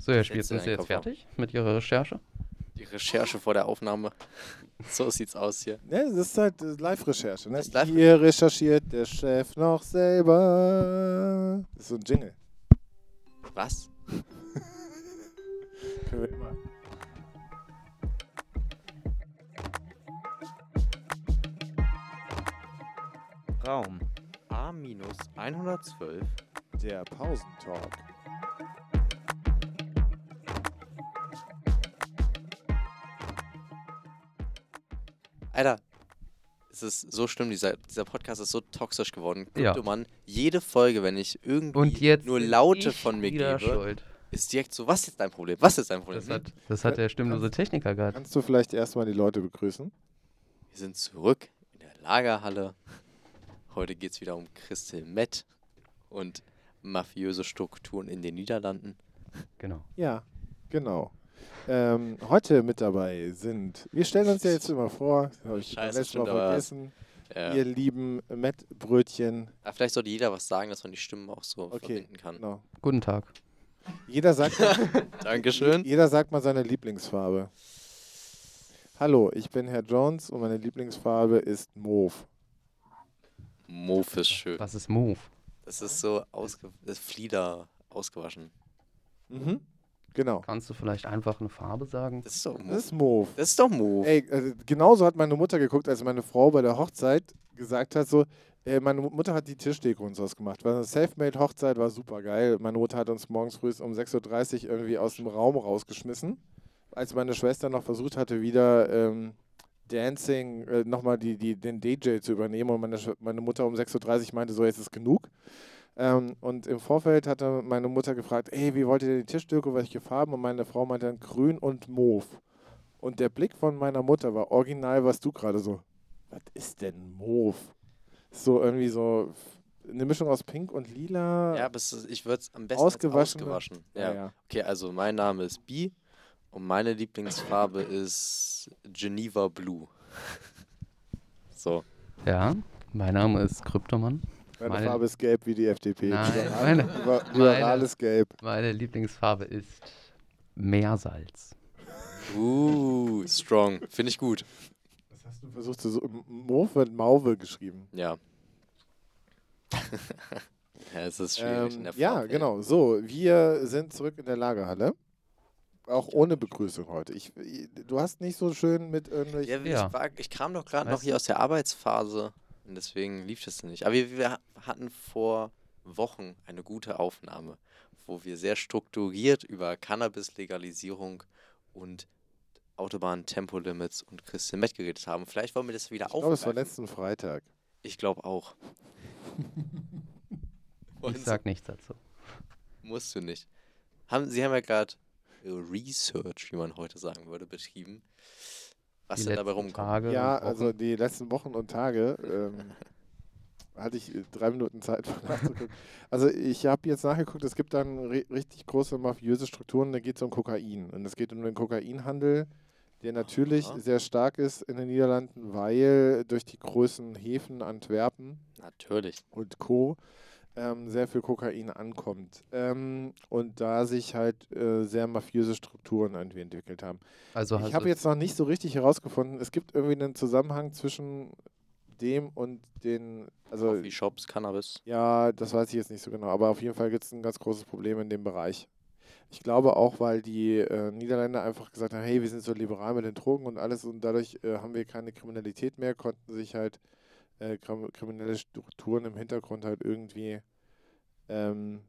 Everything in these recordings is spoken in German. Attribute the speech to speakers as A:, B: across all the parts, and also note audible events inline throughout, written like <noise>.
A: So, Herr Spiel,
B: letzte
A: sind Sie
B: in den
A: jetzt
B: Kopf haben.
A: fertig mit Ihrer Recherche?
B: Die Recherche vor der Aufnahme. <laughs> So sieht's aus hier.
C: Ja, das ist halt äh, Live-Recherche. Ne?
B: Das ist live-
C: Hier recherchiert der Chef noch selber. Das ist so ein Jingle.
B: Was?
C: Können wir immer.
D: Raum.
B: A-112.
C: Der Pausentalk.
B: Alter, es ist so schlimm, dieser, dieser Podcast ist so toxisch geworden.
A: Ja.
B: Mann, jede Folge, wenn ich irgendwie
A: Und jetzt
B: nur
A: bin
B: Laute
A: ich
B: von mir
A: wieder
B: gebe,
A: Schuld.
B: ist direkt so, was ist dein Problem? Was ist dein Problem?
A: Das hat, das hat der stimmlose Techniker gehabt.
C: Kannst du vielleicht erstmal die Leute begrüßen?
B: Wir sind zurück in der Lagerhalle. Heute geht's wieder um Christel Met und mafiöse Strukturen in den Niederlanden.
A: Genau.
C: Ja, genau. Ähm, heute mit dabei sind, wir stellen uns ja jetzt immer vor, das habe ich beim
B: Scheiße,
C: letzten Mal
B: stimmt, aber-
C: vergessen,
B: Äh,
C: ihr lieben Mettbrötchen.
B: ah, vielleicht sollte jeder was sagen, dass man die Stimmen auch so
C: Okay,
B: verbinden kann.
C: genau.
A: Guten Tag.
C: Jeder sagt,
B: <laughs> Dankeschön.
C: jeder sagt mal seine Lieblingsfarbe. Hallo, ich bin Herr Jones und meine Lieblingsfarbe ist Mauve.
B: Moof ist schön.
A: Was ist Move?
B: Das ist so ausge das ist Flieder ausgewaschen.
C: Mhm. Genau.
A: Kannst du vielleicht einfach eine Farbe sagen?
B: Das ist doch
C: Das
B: Moof.
C: ist Mauve.
B: Das ist doch Moof.
C: Ey, also genauso hat meine Mutter geguckt, als meine Frau bei der Hochzeit gesagt hat, so, äh, meine Mu- Mutter hat die Tischdeko und sowas gemacht. Weil eine Selfmade-Hochzeit war super geil. Meine Mutter hat uns morgens früh um 6.30 Uhr irgendwie aus dem Raum rausgeschmissen. Als meine Schwester noch versucht hatte, wieder ähm, Dancing, äh, nochmal die, die, den DJ zu übernehmen und meine, Schw- meine Mutter um 6.30 Uhr meinte, so jetzt ist genug. Ähm, und im Vorfeld hatte meine Mutter gefragt, ey, wie wollt ihr denn die Tischdeko, welche Farben? Und meine Frau meinte dann grün und mauve. Und der Blick von meiner Mutter war original, was du gerade so. Was ist denn Mauve? So irgendwie so f- eine Mischung aus Pink und Lila.
B: Ja, aber es ist, ich würde es am besten als
C: Ausgewaschene-
B: ausgewaschen. Ja.
C: ja.
B: Okay, also mein Name ist Bi und meine Lieblingsfarbe ist Geneva Blue. <laughs> so.
A: Ja, mein Name ist Kryptomann.
C: Meine,
A: Meine-
C: Farbe ist gelb wie die FDP.
A: Nein,
C: Liberal-
A: meine-
C: Liber- Liberales Gelb.
A: Meine Lieblingsfarbe ist Meersalz.
B: Uh, strong. Finde ich gut.
C: Was hast du versucht zu so. M- Mauve wird Mauve geschrieben.
B: Ja. <laughs> ja, es ist schwierig in
C: Ähm,
B: der
C: ja,
B: Farbe.
C: genau. So, wir sind zurück in der Lagerhalle. Auch ohne Begrüßung heute. Ich, du hast nicht so schön mit irgendwelchen.
B: Ja,
A: Ja.
B: Ich, war, ich kam doch gerade noch
A: Weißt
B: hier aus der Arbeitsphase und deswegen lief das nicht. Aber wir, wir ha- hatten vor Wochen eine gute Aufnahme, wo wir sehr strukturiert über Cannabis-Legalisierung und Autobahn-Tempolimits und Christian Met geredet haben. Vielleicht wollen wir das wieder
C: ich glaube, es war
B: aufnehmen.
C: letzten Freitag.
B: Ich glaube auch. Wollen
A: <laughs> Ich
B: Sie-
A: sag nichts dazu.
B: Musst du nicht. Haben, Sie haben ja gerade Research, wie man heute sagen würde, betrieben. Was
A: Die
B: denn dabei
A: letzten
B: rumkommt.
A: Tage
C: Ja,
A: und Wochen.
C: also die letzten Wochen und Tage
B: <laughs>
C: ähm, hatte ich äh, drei Minuten Zeit <laughs> um nachzugucken. Also ich habe jetzt nachgeguckt, es gibt dann ri richtig große mafiöse Strukturen, da geht es um Kokain. Und es geht um den Kokainhandel, der natürlich
B: Aha.
C: sehr stark ist in den Niederlanden, weil durch die großen Häfen Antwerpen
B: Natürlich.
C: und Co. Ähm, sehr viel Kokain ankommt. Ähm, und da sich halt äh, sehr mafiöse Strukturen irgendwie entwickelt haben.
A: also
C: Ich
A: hast
C: habe
A: du-
C: jetzt noch nicht so richtig herausgefunden, es gibt irgendwie einen Zusammenhang zwischen dem und den, also
B: Coffee Shops, Cannabis.
C: ja, das weiß ich jetzt nicht so genau, aber auf jeden Fall gibt es ein ganz großes Problem in dem Bereich. Ich glaube auch, weil die äh, Niederländer einfach gesagt haben, hey, wir sind so liberal mit den Drogen und alles und dadurch äh, haben wir keine Kriminalität mehr, konnten sich halt äh, krim- kriminelle Strukturen im Hintergrund halt irgendwie ähm,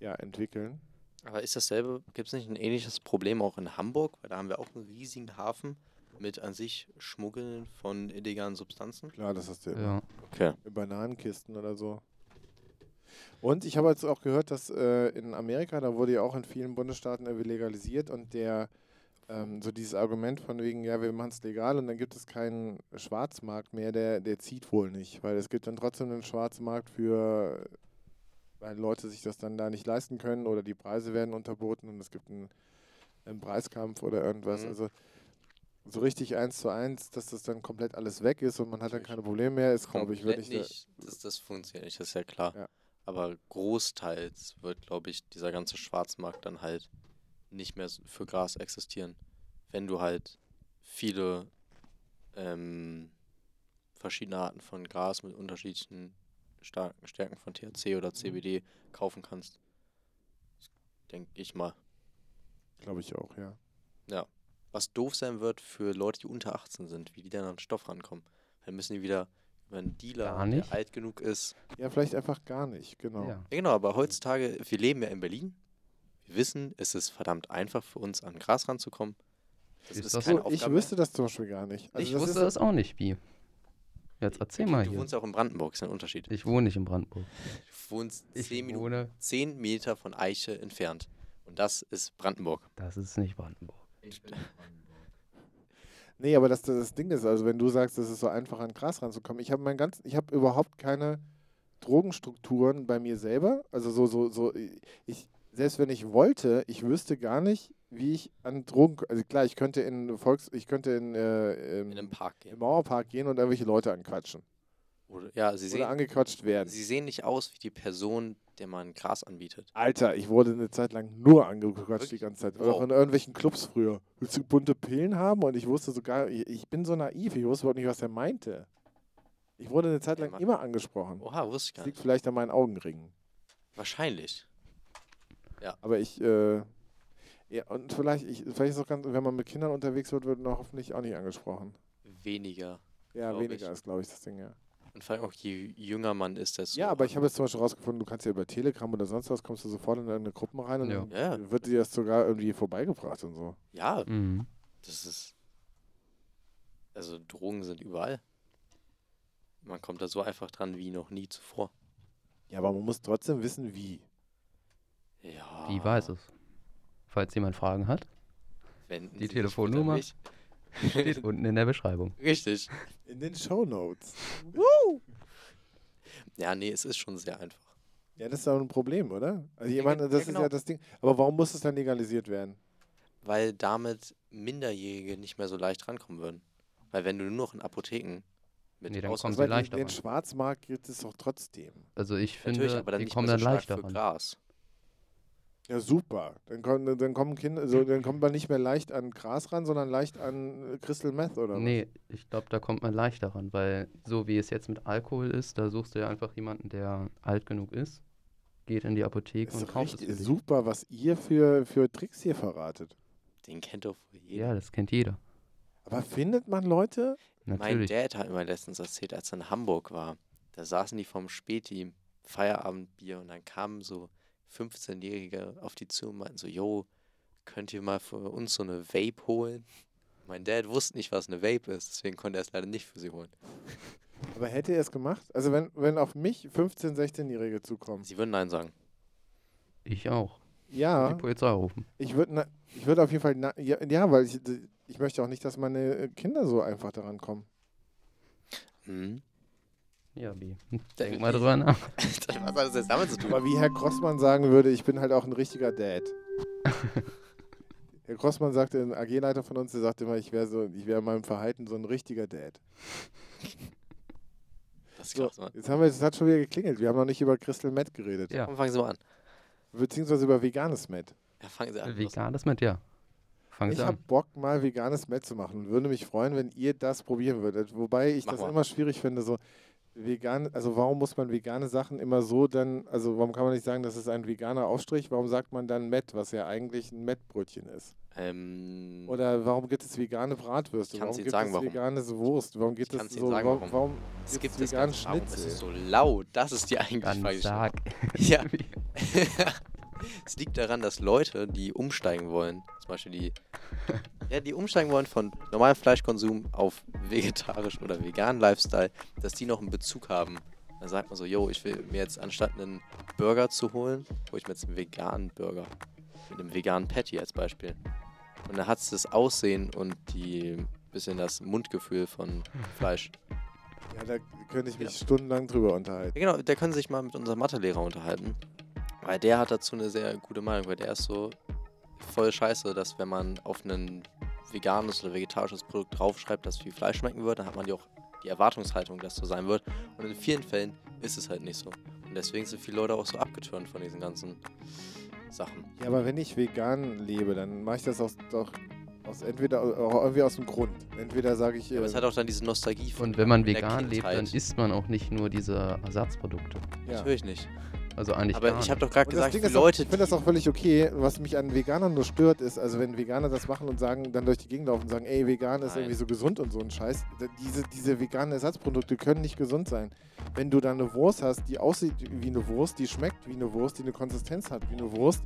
C: ja, entwickeln.
B: Aber ist dasselbe, gibt es nicht ein ähnliches Problem auch in Hamburg? Weil da haben wir auch einen riesigen Hafen mit an sich Schmuggeln von illegalen Substanzen.
C: Klar, das hast du immer.
A: ja.
B: Okay.
C: In Bananenkisten oder so. Und ich habe jetzt auch gehört, dass äh, in Amerika, da wurde ja auch in vielen Bundesstaaten irgendwie legalisiert und der, ähm, so dieses Argument von wegen, ja, wir machen es legal und dann gibt es keinen Schwarzmarkt mehr, der, der zieht wohl nicht, weil es gibt dann trotzdem einen Schwarzmarkt für, weil Leute sich das dann da nicht leisten können oder die Preise werden unterboten und es gibt einen, einen Preiskampf oder irgendwas.
B: Mhm.
C: Also so richtig eins zu eins, dass das dann komplett alles weg ist und man hat dann keine Probleme mehr, äh, ist, glaube ich,
B: Komplett
C: wirklich der-
B: nicht. Das, das funktioniert nicht, das ist ja klar.
C: Ja.
B: Aber großteils wird, glaube ich, dieser ganze Schwarzmarkt dann halt nicht mehr s- für Gras existieren. Wenn du halt viele ähm, verschiedene Arten von Gras mit unterschiedlichen starken Stärken von THC
C: Mhm.
B: oder CBD kaufen kannst. Denke ich mal.
C: Glaube ich auch, ja.
B: Was doof sein wird für Leute, die unter 18 sind, wie die dann an Stoff rankommen. Dann müssen die wieder über einen
A: Gar
B: Dealer,
A: nicht.
B: der alt genug ist,
C: Ja, vielleicht einfach gar nicht, genau.
A: Ja.
B: Ja, genau, aber heutzutage, wir leben ja in Berlin. Wir wissen, es ist verdammt einfach für uns, an Gras ranzukommen. Das
A: Ist
B: ist,
A: das
B: keine
C: So, ich
B: Aufgabe.
C: wüsste das zum Beispiel gar nicht. Also
A: ich
C: das
A: wusste
C: ist,
A: das auch nicht, Bi. Jetzt erzähl
B: du,
A: mal
B: du
A: hier.
B: wohnst auch in Brandenburg, ist ein Unterschied.
A: Ich wohne nicht in Brandenburg.
B: Du wohnst
A: Ich
B: zehn, Minuten,
A: wohne.
B: zehn Meter von Eiche entfernt. Und das ist Brandenburg.
A: Das ist nicht Brandenburg.
C: nee, aber das, das, das Ding ist, also wenn du sagst, es ist so einfach an Gras ranzukommen, ich habe mein ganz, ich habe überhaupt keine Drogenstrukturen bei mir selber. Also so, so, so, ich, selbst wenn ich wollte, ich wüsste gar nicht, wie ich an Drogen, also klar, ich könnte in Volks, ich könnte in, äh,
B: In einem
C: im,
B: Park
C: im
B: gehen.
C: Mauerpark gehen und irgendwelche Leute anquatschen.
B: Oder, ja, sie
C: oder
B: sehen,
C: angequatscht werden.
B: sie sehen nicht aus wie die Person, der man Gras anbietet.
C: Alter, ich wurde eine Zeit lang nur angequatscht die
B: Wirklich?
C: ganze Zeit. Oder
B: Wow.
C: von irgendwelchen Clubs früher. Willst du bunte Pillen haben? Und ich wusste sogar, ich, ich bin so naiv, ich wusste überhaupt nicht, was er meinte. Ich wurde eine Zeit
B: Ja,
C: lang
B: Mann. Oh,
C: immer angesprochen.
B: Oha, wusste ich
C: Das
B: gar
C: liegt
B: nicht.
C: vielleicht an meinen Augenringen.
B: Wahrscheinlich.
C: Aber ich, äh, ja, und vielleicht, ich, vielleicht ist auch ganz, wenn man mit Kindern unterwegs wird, wird man hoffentlich auch nicht angesprochen.
B: Weniger.
C: Ja,
B: Glaub
C: weniger
B: ich.
C: ist, glaube ich, das Ding, ja.
B: Und vor allem auch, je jünger man ist, desto.
C: Ja, aber ich habe jetzt zum Beispiel rausgefunden, du kannst ja über Telegram oder sonst was, kommst du sofort in deine Gruppen rein und
A: Ja.
C: dann
B: Ja,
C: wird dir das sogar irgendwie vorbeigebracht und so.
B: ja,
A: Mhm.
B: Das ist. Also Drogen sind überall. Man kommt da so einfach dran wie noch nie zuvor.
C: Ja, aber man muss trotzdem wissen, wie.
B: Ja.
A: Wie weiß es? Falls jemand Fragen hat,
B: wenden
A: Die
B: Sie sich bitte an
A: Telefonnummer?
B: mich.
A: steht unten in der Beschreibung.
B: Richtig.
C: In den Shownotes.
B: Ja, nee, es ist schon sehr einfach.
C: Ja, das ist doch ein Problem, oder? Also
B: Ja,
C: jemand,
B: gen-
C: das
B: ja,
C: ist
B: genau.
C: ja das Ding. Aber warum muss es dann legalisiert werden?
B: Weil damit Minderjährige nicht mehr so leicht rankommen würden. Weil wenn du nur noch in Apotheken mit
A: Nee, dann
B: Ausweis-
A: kommen
C: Also
A: sie
C: den,
A: leichter
C: den
A: ran.
C: Schwarzmarkt gibt es doch trotzdem.
A: Also ich
B: Natürlich,
A: finde,
B: aber dann
A: die
B: nicht
A: kommen
B: mehr
A: dann
B: so stark
A: leichter
B: für
A: ran.
B: Gras.
C: Ja, super. Dann kommen, dann kommen Kinder, so, dann kommt man nicht mehr leicht an Gras ran, sondern leicht an äh, Crystal Meth oder was?
A: Nee, ich glaube, da kommt man leichter ran, weil so wie es jetzt mit Alkohol ist, da suchst du ja einfach jemanden, der alt genug ist, geht in die Apotheke
C: Ist
A: und
C: doch
A: kauft
C: richtig,
A: es. Für
C: ist
A: dich.
C: super, was ihr für, für Tricks hier verratet.
B: Den kennt doch wohl jeder.
A: Ja, das kennt jeder.
C: Aber findet man Leute?
B: Mein
A: Natürlich.
B: Dad hat mir letztens erzählt, als er in Hamburg war, da saßen die vom Späti, Feierabendbier und dann kamen so 15-Jährige auf die zu und meinten so, yo, könnt ihr mal für uns so eine Vape holen? Mein Dad wusste nicht, was eine Vape ist, deswegen konnte er es leider nicht für sie holen.
C: Aber hätte er es gemacht? Also wenn, wenn auf mich 15-, 16-Jährige zukommen.
B: Sie würden Nein sagen.
A: Ich auch.
C: Ja.
A: Die Polizei rufen.
C: Ich würde ich würd auf jeden Fall, na, ja, ja, weil ich, ich möchte auch nicht, dass meine äh, Kinder so einfach daran kommen.
B: Hm?
A: Ja, B. Mhm. Denk mal drüber nach.
B: <laughs> was hat das jetzt damit
A: <laughs>
B: zu tun?
C: Aber wie Herr Crossmann sagen würde, ich bin halt auch ein richtiger Dad. Herr Crossmann sagte, ein AG-Leiter von uns, der sagte immer, ich wäre so, ich wäre in meinem Verhalten so ein richtiger Dad.
B: Das ist
C: So,
B: krass, Mann.
C: jetzt haben wir, das hat schon wieder geklingelt. Wir haben noch nicht über Crystal Meth geredet.
A: Ja.
B: Komm, fangen Sie mal an.
C: Beziehungsweise über veganes Meth.
B: Ja, fangen Sie an. Los.
A: Vegan, das meint ja. Fangen
C: Ich
A: Sie
C: habe
A: an.
C: Bock, mal veganes Meth zu machen und würde mich freuen, wenn ihr das probieren würdet. Wobei ich
B: Mach
C: das
B: mal.
C: immer schwierig finde, so vegan, also warum muss man vegane Sachen immer so dann, also warum kann man nicht sagen, das ist ein veganer Aufstrich, warum sagt man dann Mett, was ja eigentlich ein Mettbrötchen ist?
B: Ähm,
C: Oder warum gibt es vegane Bratwürste?
B: Ich kann's
C: Warum
B: Ihnen
C: gibt
B: sagen,
C: es
B: warum.
C: veganes Wurst? Warum
B: Ich
C: gibt es
B: kann's Ihnen
C: so,
B: sagen,
C: warum,
B: warum.
C: warum
B: es
C: gibt's
B: gibt das
C: veganen
B: Ganze. Warum ist
C: Schnitzel?
B: es so laut? Das ist die eigentliche Frage.
A: Dann
B: die ich stelle.
A: sag.
B: <laughs> Ja. Es liegt daran, dass Leute, die umsteigen wollen, zum Beispiel die, ja, die umsteigen wollen von normalem Fleischkonsum auf vegetarisch oder veganen Lifestyle, dass die noch einen Bezug haben. Dann sagt man so, yo, ich will mir jetzt anstatt einen Burger zu holen, hole ich mir jetzt einen veganen Burger. Mit einem veganen Patty als Beispiel. Und dann hat es das Aussehen und die bisschen das Mundgefühl von Fleisch.
C: Ja, da könnte ich mich stundenlang drüber unterhalten.
B: Ja, genau, der können sich mal mit unserem Mathelehrer unterhalten. Weil der hat dazu eine sehr gute Meinung, weil der ist so voll scheiße, dass wenn man auf ein veganes oder vegetarisches Produkt draufschreibt, dass viel Fleisch schmecken wird, dann hat man ja auch die Erwartungshaltung, dass so sein wird. Und in vielen Fällen ist es halt nicht so. Und Und deswegen sind viele Leute auch so abgeturnt von diesen ganzen Sachen.
C: Ja, aber wenn ich vegan lebe, dann mache ich das aus, doch aus entweder auch irgendwie aus dem Grund. Entweder sage ich,
B: Aber es
C: äh,
B: hat auch dann diese Nostalgie von.
A: Und wenn man
B: der
A: vegan lebt, dann
B: Kindheit.
A: isst man auch nicht nur diese Ersatzprodukte.
C: ja.
B: Natürlich nicht.
A: Also eigentlich
B: Aber
A: gar
B: ich
A: nicht.
B: habe doch gerade
C: Und das
B: gesagt,
C: Ding
B: für
C: ist auch, ich
B: Leute,
C: finde das auch völlig okay. Was mich an Veganern nur stört, ist, also wenn Veganer das machen und sagen, dann durch die Gegend laufen und sagen, ey, vegan ist
B: Nein.
C: irgendwie so gesund und so ein Scheiß. Da- Diese, diese veganen Ersatzprodukte können nicht gesund sein. Wenn du da eine Wurst hast, die aussieht wie eine Wurst, die schmeckt wie eine Wurst, die eine Konsistenz hat wie eine Wurst,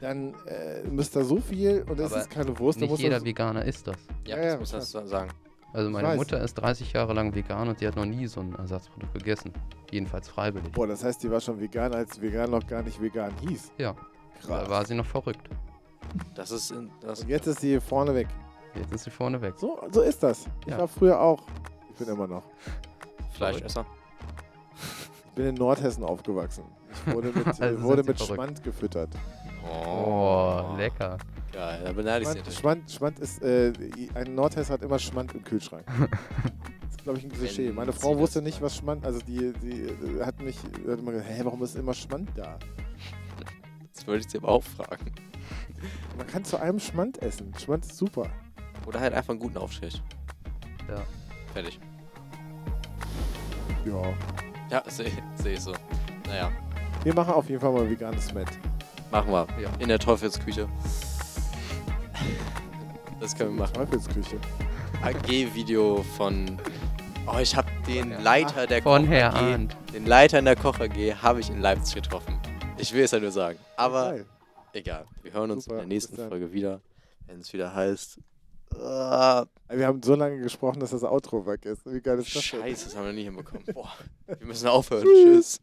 C: dann äh, müsst da so viel und es
A: Aber
C: ist keine Wurst. dann
A: Nicht
C: musst
A: jeder
C: du,
A: Veganer isst das.
B: ja,
C: Ja,
B: das
C: ja,
B: muss man so sagen.
A: Also meine
C: weiß.
A: Mutter ist 30 Jahre lang vegan und die hat noch nie so ein Ersatzprodukt gegessen. Jedenfalls freiwillig.
C: boah, das heißt, die war schon vegan, als vegan noch gar nicht vegan hieß.
A: Ja, da war sie noch verrückt.
B: Das ist in, das
C: Und jetzt ist sie vorne weg.
A: Jetzt ist sie vorne weg.
C: So, so ist das. Ich
A: Ja.
C: war früher auch. Ich bin immer noch.
B: Fleischesser.
C: Ich bin in Nordhessen aufgewachsen.
A: <laughs>
C: Ich wurde mit,
A: Also
C: äh,
A: sind
C: wurde
A: Sie
C: mit
A: verrückt.
C: Schmand gefüttert.
A: Oh, lecker.
B: Geil, da beneide ich sie
C: Schmand,
B: natürlich.
C: Schmand, Schmand ist, äh, ein Nordhesser hat immer Schmand im Kühlschrank.
A: <laughs>
C: Das ist, glaube ich, ein Klischee.
B: Wenn
C: Meine
B: Sie
C: Frau
B: das
C: wusste nicht,
B: sagen.
C: was Schmand, also die, die äh, hat mich, hat immer gesagt, hä, warum ist immer Schmand da?
B: Das würde ich sie aber auch fragen.
C: Man kann zu einem Schmand essen. Schmand ist super.
B: Oder halt einfach einen guten Aufstrich.
A: Ja.
B: Fertig.
C: Ja.
B: Ja, sehe seh ich so. Naja,
C: Wir machen auf jeden Fall mal veganes Met.
B: machen wir.
A: Ja.
B: In der Teufelsküche. Das können wir machen.
C: Teufelsküche.
B: AG-Video von. Oh, ich habe den Leiter der
A: Von
B: Koch
A: Herr
B: AG.
A: Arndt.
B: Den Leiter in der Koch AG habe ich in Leipzig getroffen. Ich will es ja nur sagen. Aber
C: Geil.
B: egal. Wir hören uns in
C: Super,
B: der nächsten
C: bis dann.
B: Folge wieder, wenn es wieder heißt. äh,
C: Wir haben so lange gesprochen, dass das Outro weg ist. Wie geil ist das denn?
B: Scheiße, das haben wir nie hinbekommen. Boah, wir müssen aufhören. Tschüss.